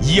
以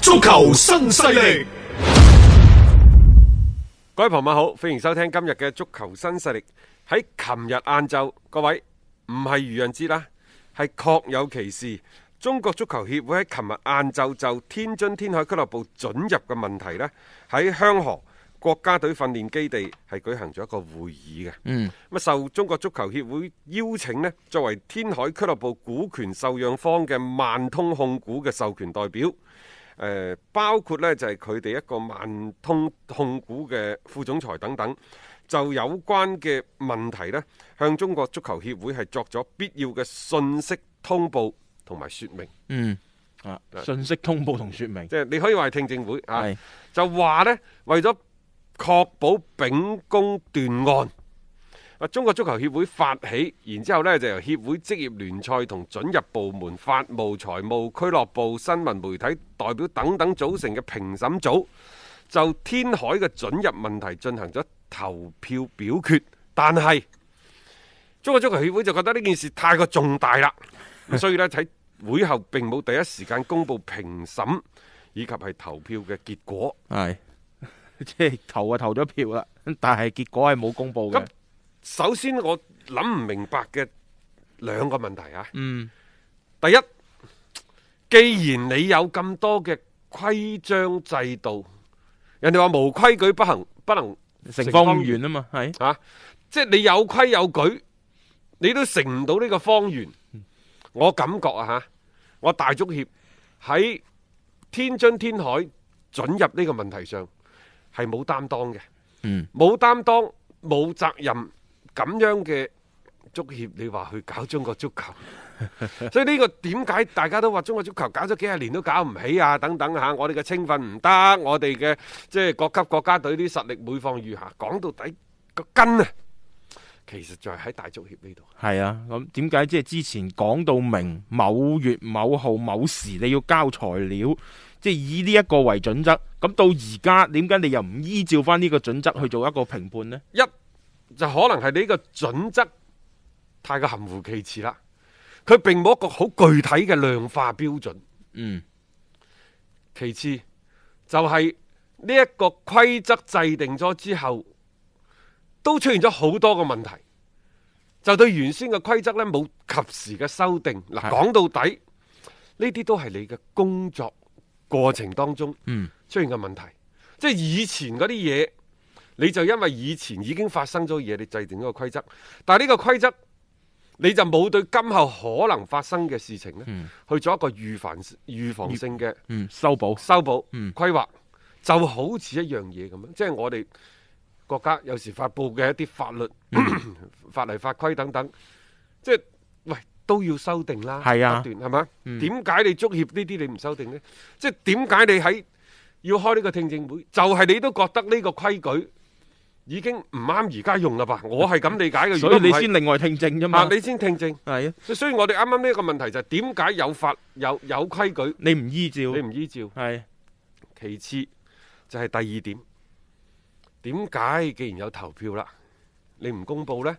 足球新勢力，各位朋友好，歡迎收聽今日嘅足球新勢力。喺琴日晏晝，各位唔係愚人節啦，係確有其事。中國足球協會喺琴日晏晝就天津天海俱樂部准入嘅問題呢，喺香河國家隊訓練基地係舉行咗一個會議嘅。嗯，咁受中國足球協會邀請呢，作為天海俱樂部股權受讓方嘅萬通控股嘅授權代表。誒、呃包括呢就係佢哋一個萬通控股嘅副總裁等等，就有關嘅問題呢，向中國足球協會係作咗必要嘅信息通報同埋説明，啊，信息通報同説明，即係你可以話係聽證會啊係，就話呢，為咗確保秉公斷案。啊！中國足球協會發起，然之後呢，就由協會職業聯賽同準入部門、法務、財務、俱樂部、新聞媒體代表等等組成嘅評審組，就天海嘅準入問題進行咗投票表決。但係中國足球協會就覺得呢件事太過重大啦，咁所以呢，喺會後並冇第一時間公佈評審以及係投票嘅結果。係即係投啊投咗票啦，但係結果係冇公佈嘅咁。首先我諗唔明白嘅兩個問題啊。嗯，第一，既然你有咁多嘅規章制度，人哋話無規矩不行，不能成成方方圓啊嘛，係啊，即係你有規有矩，你都成唔到呢個方圓。我感覺啊吓，我大足協喺天津天海准入呢個問題上係冇擔當嘅，嗯，冇擔當冇責任咁樣嘅足協，你話去搞中國足球，所以呢個點解大家都話中國足球搞咗幾廿年都搞唔起啊？等等吓，我哋嘅青訓唔得，我哋嘅即係各級國家隊啲實力每況愈下，講到底個根啊，其實就係喺大足協呢度。係啊。咁點解即係之前講到明某月某號某時你要交材料，即係以呢一個為準則，咁到而家點解你又唔依照翻呢個準則去做一個評判呢？一就可能係呢個準則太過含糊其辭啦，佢並冇一個好具體嘅量化標準。嗯，其次就係呢一個規則制定咗之後，都出現咗好多個問題，就對原先嘅規則呢冇及時嘅修訂。係嗱，講到底呢啲都係你嘅工作過程當中嗯出現嘅問題，即係以前嗰啲嘢，你就因為以前已經發生咗嘢，你制定咗個規則，但係呢個規則。你就冇對今後可能發生嘅事情呢，去做一個預防預防性嘅嗯，修補修補、嗯規劃，就好似一樣嘢咁樣，即係我哋國家有時發布嘅一啲法律、嗯 法例、法規等等，即係喂都要修訂啦，係啊不斷係嘛？點解、你足協呢啲你唔修訂呢？即係點解你喺要開呢個聽證會，就係、你都覺得呢個規矩已經唔啱而家用啦吧？我係咁理解嘅，嗯所以你如先另外聽證啫果唔係嘛啊，。你先聽證。係啊，所以我哋啱啱呢一個問題就係點解有法有有規矩你唔依照，你唔依照？係其次就係第二點，點解既然有投票啦，你唔公 佈呢？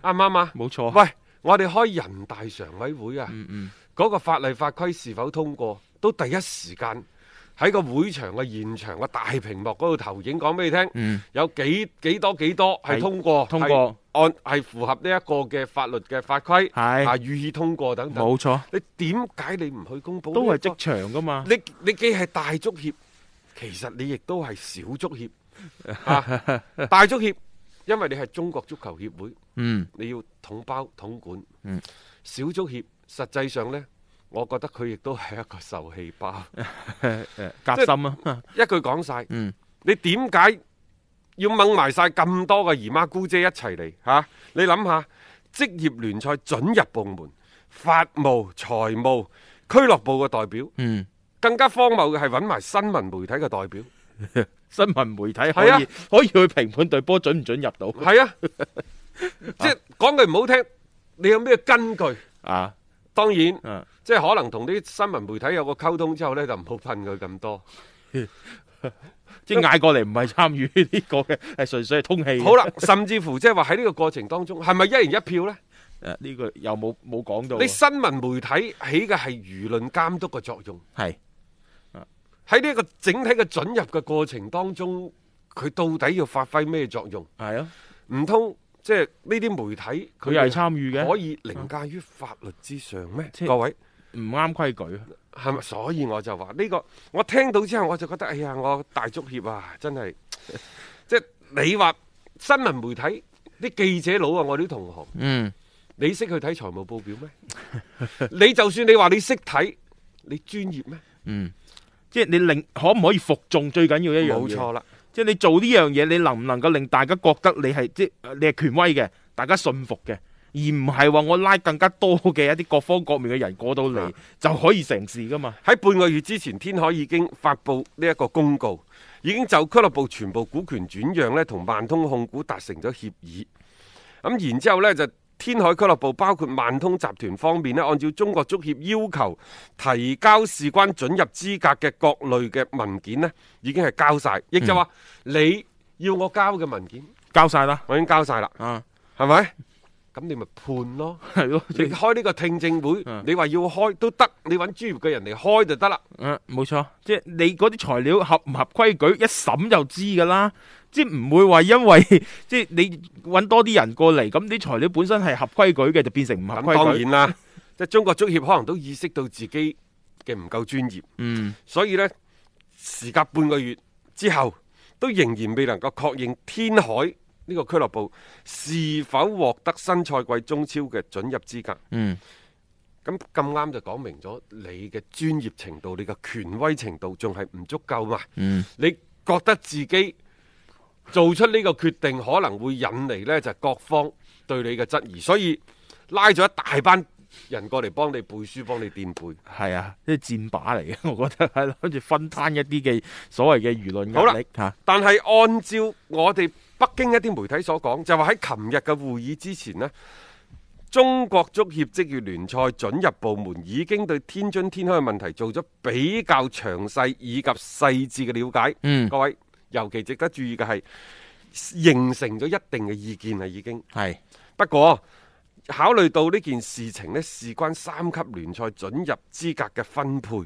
啱唔啱啊？冇錯。喂，我哋開人大常委會啊，嗯嗯，嗰個法例法規是否通過，都第一時間喺個會場嘅現場嘅大屏幕嗰度投影，講俾你聽，嗯有幾幾多幾多係係通過，通過係按係符合呢一個嘅法律嘅法規，係啊予以通過等等。冇錯，你點解你唔去公佈呢一個？都係職場噶嘛。 你你既係大足協，其實你亦都係小足協，啊大足協，因為你係中國足球協會，嗯，你要統包統管。嗯，小足協實際上呢，我覺得佢亦都係一個受氣包。诶，夾心啊， 一句講晒，嗯你點解要掹埋晒咁多嘅姨媽姑姐一齊嚟吓？啊你諗下，職業聯賽准入部門、法務、財務、俱樂部嘅代表，嗯，更加荒謬嘅係揾埋新聞媒體嘅 代表。新聞媒體可係啊以可以去評判隊波準唔準入到係啊，即係講句唔好聽，你有咩根據？啊？當然，嗯即係可能同啲新聞媒體有個溝通之後呢，就唔好噴佢咁多。 即係嗌過嚟唔係參與呢個嘅，係純粹係通氣嘅。好啦，甚至乎即係話喺呢個過程當中，係咪一人一票呢？誒，呢個又冇冇講到啊。你新聞媒體起嘅係輿論監督嘅作用，係喺呢一個整體嘅准入嘅過程當中，佢到底要發揮咩作用？係啊，唔通即係呢啲媒體佢佢又係哋參與嘅可以凌駕於法律之上咩？即係各位唔啱規矩啊。係咪？所以我就話呢、個，我聽到之後我就覺得，哎呀，我大足協啊，真 係即係你話新聞媒體啲記者佬啊，我啲同行。嗯，你識去睇財務報表咩？ 你就算你話你識睇，你專業咩？即係你令可唔可以服眾最緊要一樣冇嘢。錯啦，即係你做呢樣嘢，你能唔能夠令大家覺得你係即係你係權威嘅，大家信服嘅，而唔係話我拉更加多嘅一啲各方各面嘅人過到嚟啊就可以成事噶嘛？喺半個月之前，天海已經發布呢一個公告，已經就俱樂部全部股權轉讓呢同萬通控股達成咗協議。咁然之後呢，就天海俱樂部包括萬通集團方面呢，按照中國足協要求提交事關准入資格嘅各類嘅文件呢，已經係交晒，亦就話、嗯你要我交嘅文件，交晒啦，我已經交晒啦。啊，系咪？咁你咪判咯！ 係咯，你即係開呢個聽證會嗯，你話要開都得，你揾專業嘅人嚟開就得啦。嗯，冇錯，即係你嗰啲材料合唔合規矩，一審就知噶啦。即係唔會話因為 即係你揾多啲人過嚟，咁啲材料本身係合規矩嘅，就變成唔合咁當規矩。然啦，即係中國足協可能都意識到自己嘅唔夠專業，嗯，所以呢，時隔半個月之後，都仍然未能夠確認天海呢個俱樂部是否獲得新賽季中超嘅准入資格。嗯，咁咁啱就講明咗你嘅專業程度、你嘅權威程度仲係唔足夠嘛？嗯，你覺得自己做出呢個決定可能會引嚟呢就各方對你嘅質疑，所以拉咗一大班人過嚟幫你背書、幫你墊背。係啊，即係箭靶嚟嘅， 我覺得係跟住分攤一啲嘅所謂嘅輿論好壓啦力嚇。但係按照我哋北京一啲媒體所講，就話喺琴日嘅會議之前呢，中國足協職業聯賽准入部門已經對天津天海嘅問題做咗比較詳細以及細緻嘅了解。嗯各位，尤其值得注意嘅係形成咗一定嘅意見啦，已經。係。不過考慮到呢件事情呢，事關三級聯賽准入資格嘅分配，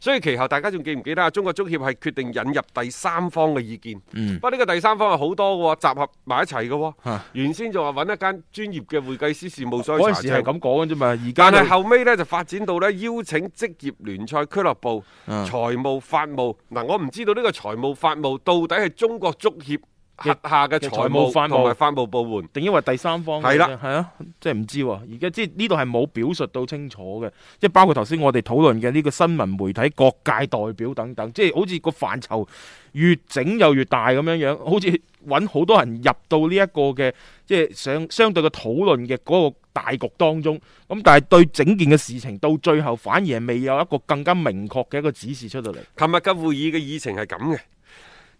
所以其後大家仲記唔記得啊？中國足協係決定引入第三方嘅意見。嗯不過呢個第三方係啊好多嘅喎，集合埋一齊嘅喎啊。原先就話揾一間專業嘅會計師事務所嗰去陣時查證。係咁講嘅啫嘛，而家但係係後尾呢，就發展到呢，邀請職業聯賽俱樂部、嗯財務法務嗱，我唔知道呢個財務法務到底係中國足協轄下嘅嘅財財務法務務同埋法務部門。定因為第三方係啦係啊，即係唔知喎。而家即係呢度係冇表述到清楚嘅，即係包括頭先我哋討論嘅呢個新聞媒體各界代表等等，即係好似個範疇越整又越大咁樣樣，好似揾好多人入到呢一個嘅即係相相對嘅討論嘅嗰個大局當中。咁但係對整件嘅事情到最後反而係未有一個更加明確嘅一個指示出到嚟。琴日嘅會議嘅議程係咁嘅，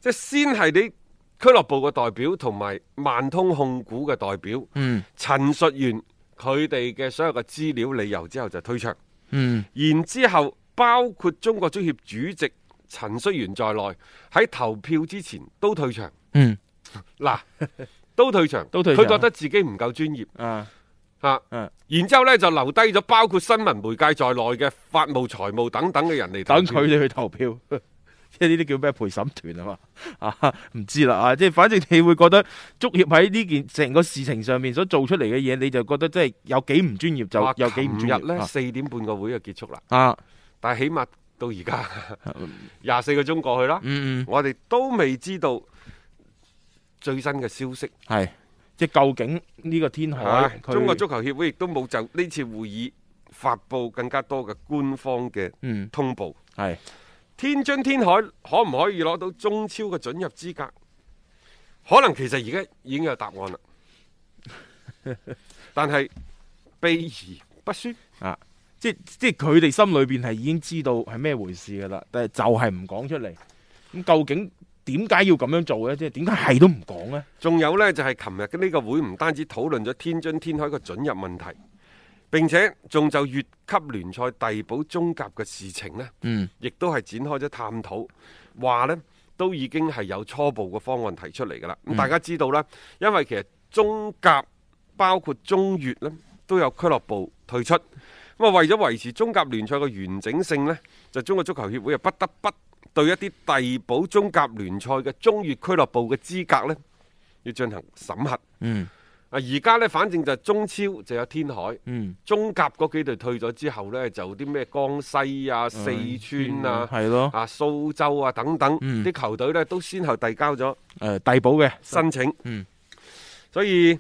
即係先係你俱樂部嘅代表同埋萬通控股嘅代表嗯陳述完佢哋嘅所有嘅資料理由之後就退場，嗯然之後包括中國足協主席陳戌源在內喺投票之前都退場，嗯嗱都退場， 都退場佢覺得自己唔夠專業啊啊。嗯然之後呢，就留低咗包括新聞媒介在內嘅法務、財務等等嘅人嚟投等票佢哋去投票， 即係呢啲叫咩陪審團啊嘛？ 啊，唔知啦啊，即係反正你會覺得足協喺呢件成個事情上面所做出嚟嘅嘢，你就覺得真係有幾唔專業就話有幾唔啊啊琴專日業呢，四點半個會就結束啦。啊，但係起碼到而家 廿四個鐘過去啦，嗯我哋都未知道最新嘅消息。嗯，系，即系究竟呢個天啊海，中國国足球協會亦都冇就呢次會議發布更加多嘅官方嘅嗯通報。係天津天海可唔可以攞到中超嘅准入資格？可能其實而家已經有答案 啦，但係秘而不宣。即即係佢哋心裏边係已經知道係咩回事噶啦，但係就係唔講出嚟。咁究竟點解要咁樣做咧？即係點解係都唔講咧？仲有呢，就係琴日嘅呢個會唔單止討論咗天津天海嘅准入問題，並且仲就越級聯賽遞補中甲嘅事情呢，嗯，亦都係展開咗探討，話呢都已經係有初步嘅方案提出嚟㗎啦。咁、大家知道啦，因為其實中甲包括中乙呢，都有俱樂部退出，咁啊為咗維持中甲聯賽嘅完整性呢，就中國足球協會啊不得不對一啲遞補中甲聯賽嘅中乙俱樂部嘅資格呢，要進行審核。嗯。啊！而家呢，反正就中超就有天海，嗯中甲嗰幾隊退咗之後呢，就啲咩江西啊、四川啊、嗯係咯啊蘇州啊等等啲、嗯球隊呢，都先後遞交咗诶嗯遞補嘅，申請。嗯所以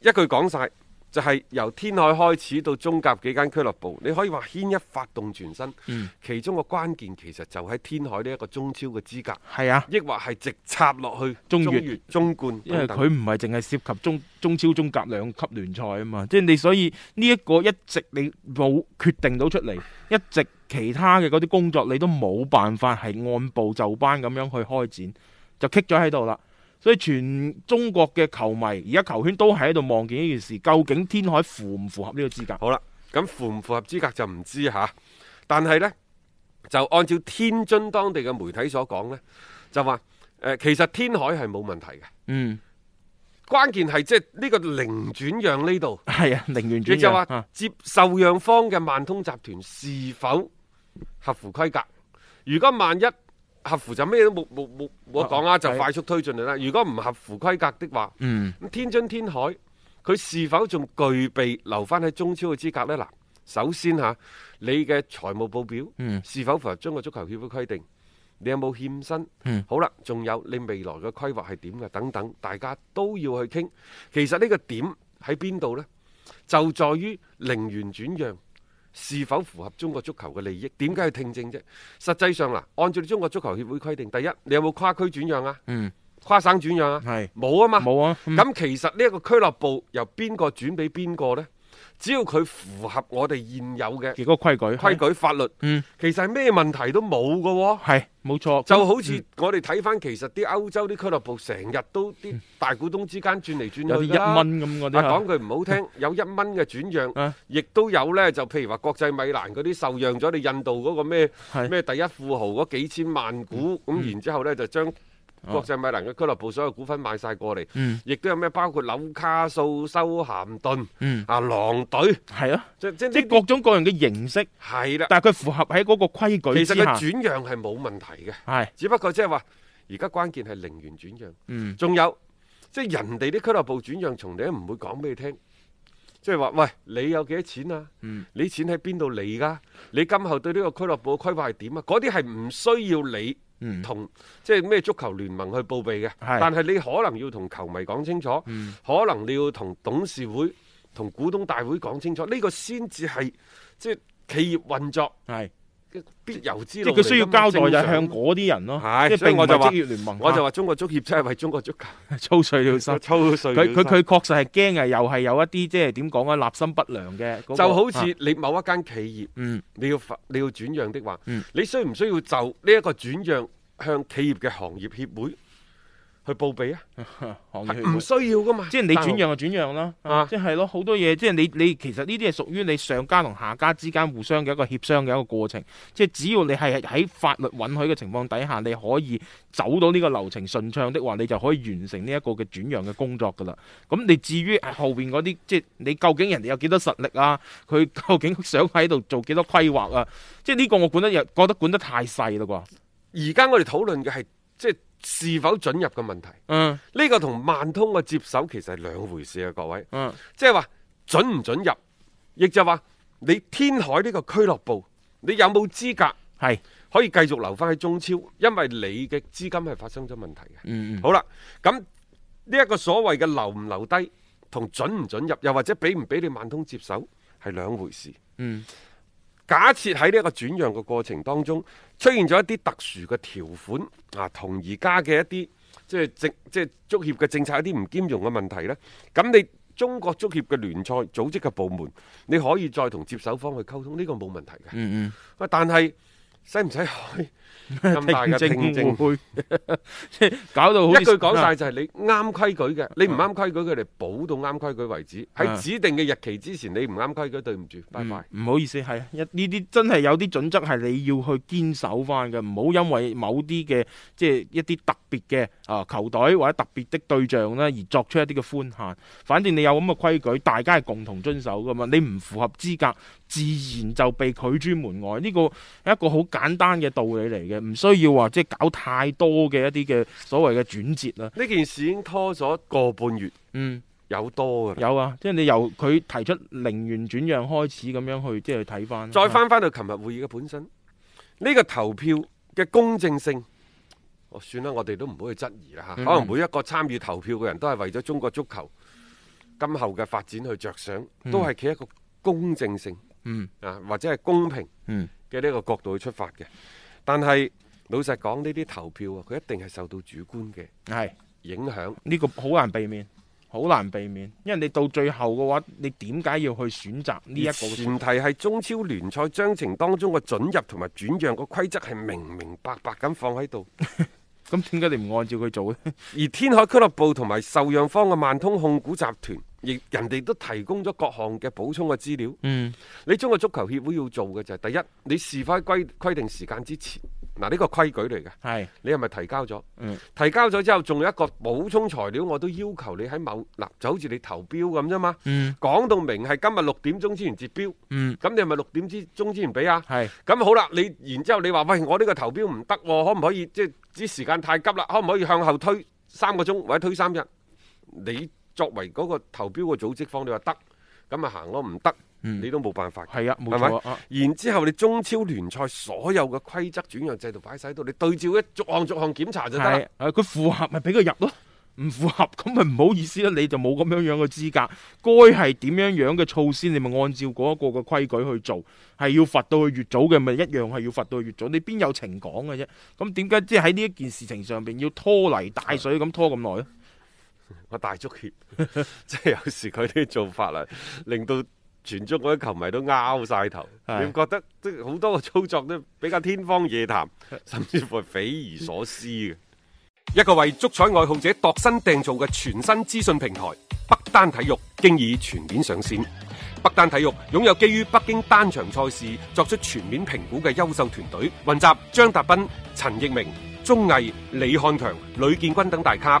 一句講晒，就係、由天海開始到中甲幾間俱樂部，你可以話牽一發動全身。嗯其中個關鍵其實就喺天海呢一個中超嘅資格，係啊，抑或係直插落去中乙乙、中冠因為等等佢唔係淨係涉及中中超、中甲兩級聯賽啊嘛，即係你所以呢一個一直你冇決定到出嚟，一直其他嘅嗰啲工作你都冇辦法係按部就班咁樣去開展，就棘咗喺度啦。所以全中國嘅球迷而家球圈都係喺度望見呢件事，究竟天海符唔符合呢個資格？好啦，咁符唔符合資格就唔知吓，但係呢，就按照天津當地嘅媒體所講呢，就話誒、呃其實天海係冇問題嘅，嗯，關鍵係即係呢個零轉讓呢度，係啊，寧願轉亦就讓話啊接受讓方嘅萬通集團是否合乎規格？如果萬一合乎就咩都冇冇冇冇得講啦，啊就係快速推進啦。如果唔合乎規格的話，嗯咁天津天海佢是否仲具備留翻喺中超嘅資格呢？嗱，首先嚇你嘅財務報表、嗯是否符合中國足球協會規定？你有冇欠薪？嗯好啦，仲有你未來嘅規劃係點嘅？等等，大家都要去傾。其實呢個點喺邊度呢？就在於零元轉讓是否符合中國足球嘅利益？點解要聽證啫？實際上嗱，按照中國足球協會規定，第一你有冇跨區轉讓啊？嗯，跨省轉讓啊？係冇啊嘛。冇啊，嗯咁其實呢一個俱樂部由邊個轉俾邊個呢？只要佢符合我哋現有嘅嘅嗰個規矩規矩法律，嗯其實係咩問題都冇嘅喎。係冇錯，就好似我哋睇翻，其實啲歐洲啲俱樂部成日都啲大股東之間轉嚟轉去有啲㗎一啦蚊咁嗰啲啊，嚇講句唔好聽，有一蚊嘅轉讓啊，亦都有呢。就譬如話國際米蘭嗰啲受讓咗你印度嗰個咩係咩第一富豪嗰幾千萬股，咁然之後呢，就將國際米蘭嘅俱樂部所有股份買晒過嚟嗯，亦都有咩包括紐卡素、修咸頓嗯、啊狼隊，係啊。即即即係各種各樣嘅形式，係啦。但係佢符合喺嗰個規矩其實之佢下，轉讓係冇問題嘅，係只不過即係話而家關鍵係零元轉讓。嗯仲有即係人哋啲俱樂部轉讓，從嚟都唔會講俾你聽，即係話喂，你有幾多錢啊？嗯你啲錢喺邊度嚟噶？你今後對呢個俱樂部嘅規劃係點啊？嗰啲係唔需要你。嗯同即係咩足球聯盟去報備嘅，係但係你可能要同球迷講清楚，嗯可能你要同董事會、同股東大會講清楚，呢、個先至係即係企業運作係，嘅必由之即路係佢需要嚟㗎嘛交代就正係常向嗰啲人咯，係即係所以並我唔就係話職業聯盟，我就話中國足協真係為中國足球啊操碎了心。 操碎 佢佢了心佢確實係驚啊，又係有一啲即係點講啊，立心不良嘅嗰個，就好啊似你某一間企業，嗯你要發你要轉讓的話，嗯你需唔需要就呢一個轉讓向企業嘅行業協會去報備啊？行業係協 唔會需要噶嘛？即係你大佬轉讓就轉讓啦，啊即係咯，好多嘢即係你你其實呢啲係屬於你上家同下家之間互相嘅一個協商嘅一個過程，即係只要你係喺法律允許嘅情況底下，你可以走到呢個流程順暢的話，你就可以完成呢一個嘅轉讓嘅工作㗎啦。咁你至於後邊嗰啲，即係你究竟人哋有幾多實力啊？佢究竟想喺度做幾多規劃啊？即係呢個我管得又覺得管得太細啦啩。而家我哋討論嘅係即係是否准入嘅問題，呢、嗯個同萬通嘅接手其實係兩回事啊，各位。嗯即係話准唔准入，亦就話你天海呢個俱樂部，你有冇資格係可以繼續留翻喺中超，因為你嘅資金係發生咗問題嘅。嗯嗯好啦，咁呢一個所謂嘅留唔留低，同準唔準入，又或者俾唔俾你萬通接手，係兩回事。嗯，假設喺呢一個轉讓嘅過程當中，出現咗一啲特殊嘅條款啊，同而家嘅一啲即係政即係足協嘅政策一啲唔兼容嘅問題呢，咁你中國足協嘅聯賽組織嘅部門，你可以再同接手方去溝通，呢、個冇問題嘅。嗯喂但係使唔使 開咁大嘅嗯，聽證證會 即係搞到好似一句講晒就係你啱規矩嘅，你唔啱規矩佢哋補到啱規矩為止。啊嗯喺指定嘅日期之前，你唔啱規矩，對唔住，拜拜。唔好意思，係一呢啲真係有啲準則係你要去堅守翻嘅，唔好因為某啲嘅即係一啲特別嘅啊球隊或者特別的對象呢，而作出一啲嘅啊寬限。反正你有咁嘅規矩，大家係共同遵守噶嘛。你唔符合資格，自然就被拒諸門外。呢個係一個好簡單嘅道理嚟嘅，唔需要話即係搞太多嘅一啲嘅所謂嘅轉折啦。呢件事已經拖咗個半月嗯。有多㗎啦。有啊，即係你由佢提出零元轉讓開始咁樣去，即係去睇翻。再翻翻到琴日會議嘅本身，呢個投票嘅公正性，我算啦，我哋都唔好去質疑啦嗯嚇。可能每一個參與投票嘅人都係為咗中國足球今後嘅發展去着想，都係企一個公正性，嗯啊或者係公平嗯嘅呢個角度去出發嘅。但係老實講，呢啲投票啊，佢一定係受到主觀嘅係。影響。呢個好難避免，好難避免，因為你到最後嘅話，你點解要去選擇呢一個嘅前選提係中超聯賽章程當中嘅準入同埋轉讓個規則係明明白白咁放喺度。咁點解你唔按照佢做呢？而天海俱樂部同埋受讓方嘅萬通控股集團，亦人哋都提供咗各項嘅補充嘅資料。嗯，你中國足球協會要做嘅就係、第一，你是否喺規規定時間之前，嗱呢個規矩嚟嘅， 係，你係咪提交咗？嗯提交咗之後，仲有一個補充材料，我都要求你喺某嗱就好似你投標咁啫嘛。嗯講到明係今日六點鐘之前截標，嗯，咁你係咪六點之鐘之前俾啊？係，咁好啦，你然之後你話喂，我呢個投標唔得喎，可唔可以即係啲時間太急啦？可唔可以向後推三個鐘或者推三日？你作為嗰個投標嘅組織方，你話得，咁咪行咯；唔得，嗯你都冇辦法。係啊，冇係咪錯啊，然之後你中超聯賽所有嘅規則轉讓制度擺晒喺度，你對照一逐項逐項檢查就得啦係，啊佢符合咪俾佢入咯。唔符合咁咪唔好意思啦，你就冇咁樣樣嘅資格。該係點樣樣嘅措施，你咪按照嗰一個嘅規矩去做。係要罰到佢越早嘅，咪一樣係要罰到佢越早。你邊有情講嘅啫？咁點解即係喺呢一件事情上邊要拖泥帶水咁拖咁耐咧？我大足協， 即係有時佢啲做法啊，令到全中嗰啲球迷都拗晒頭。係你會覺得即係好多嘅操作都比較天方夜譚，甚至乎係匪夷所思嘅。一個為足彩愛好者度身訂造嘅全新資訊平台北單體育，經已全面上線。北單體育擁有基於北京單場賽事作出全面評估嘅優秀團隊，雲集張達斌、陳奕明、鐘毅、李漢強、呂建軍等大咖，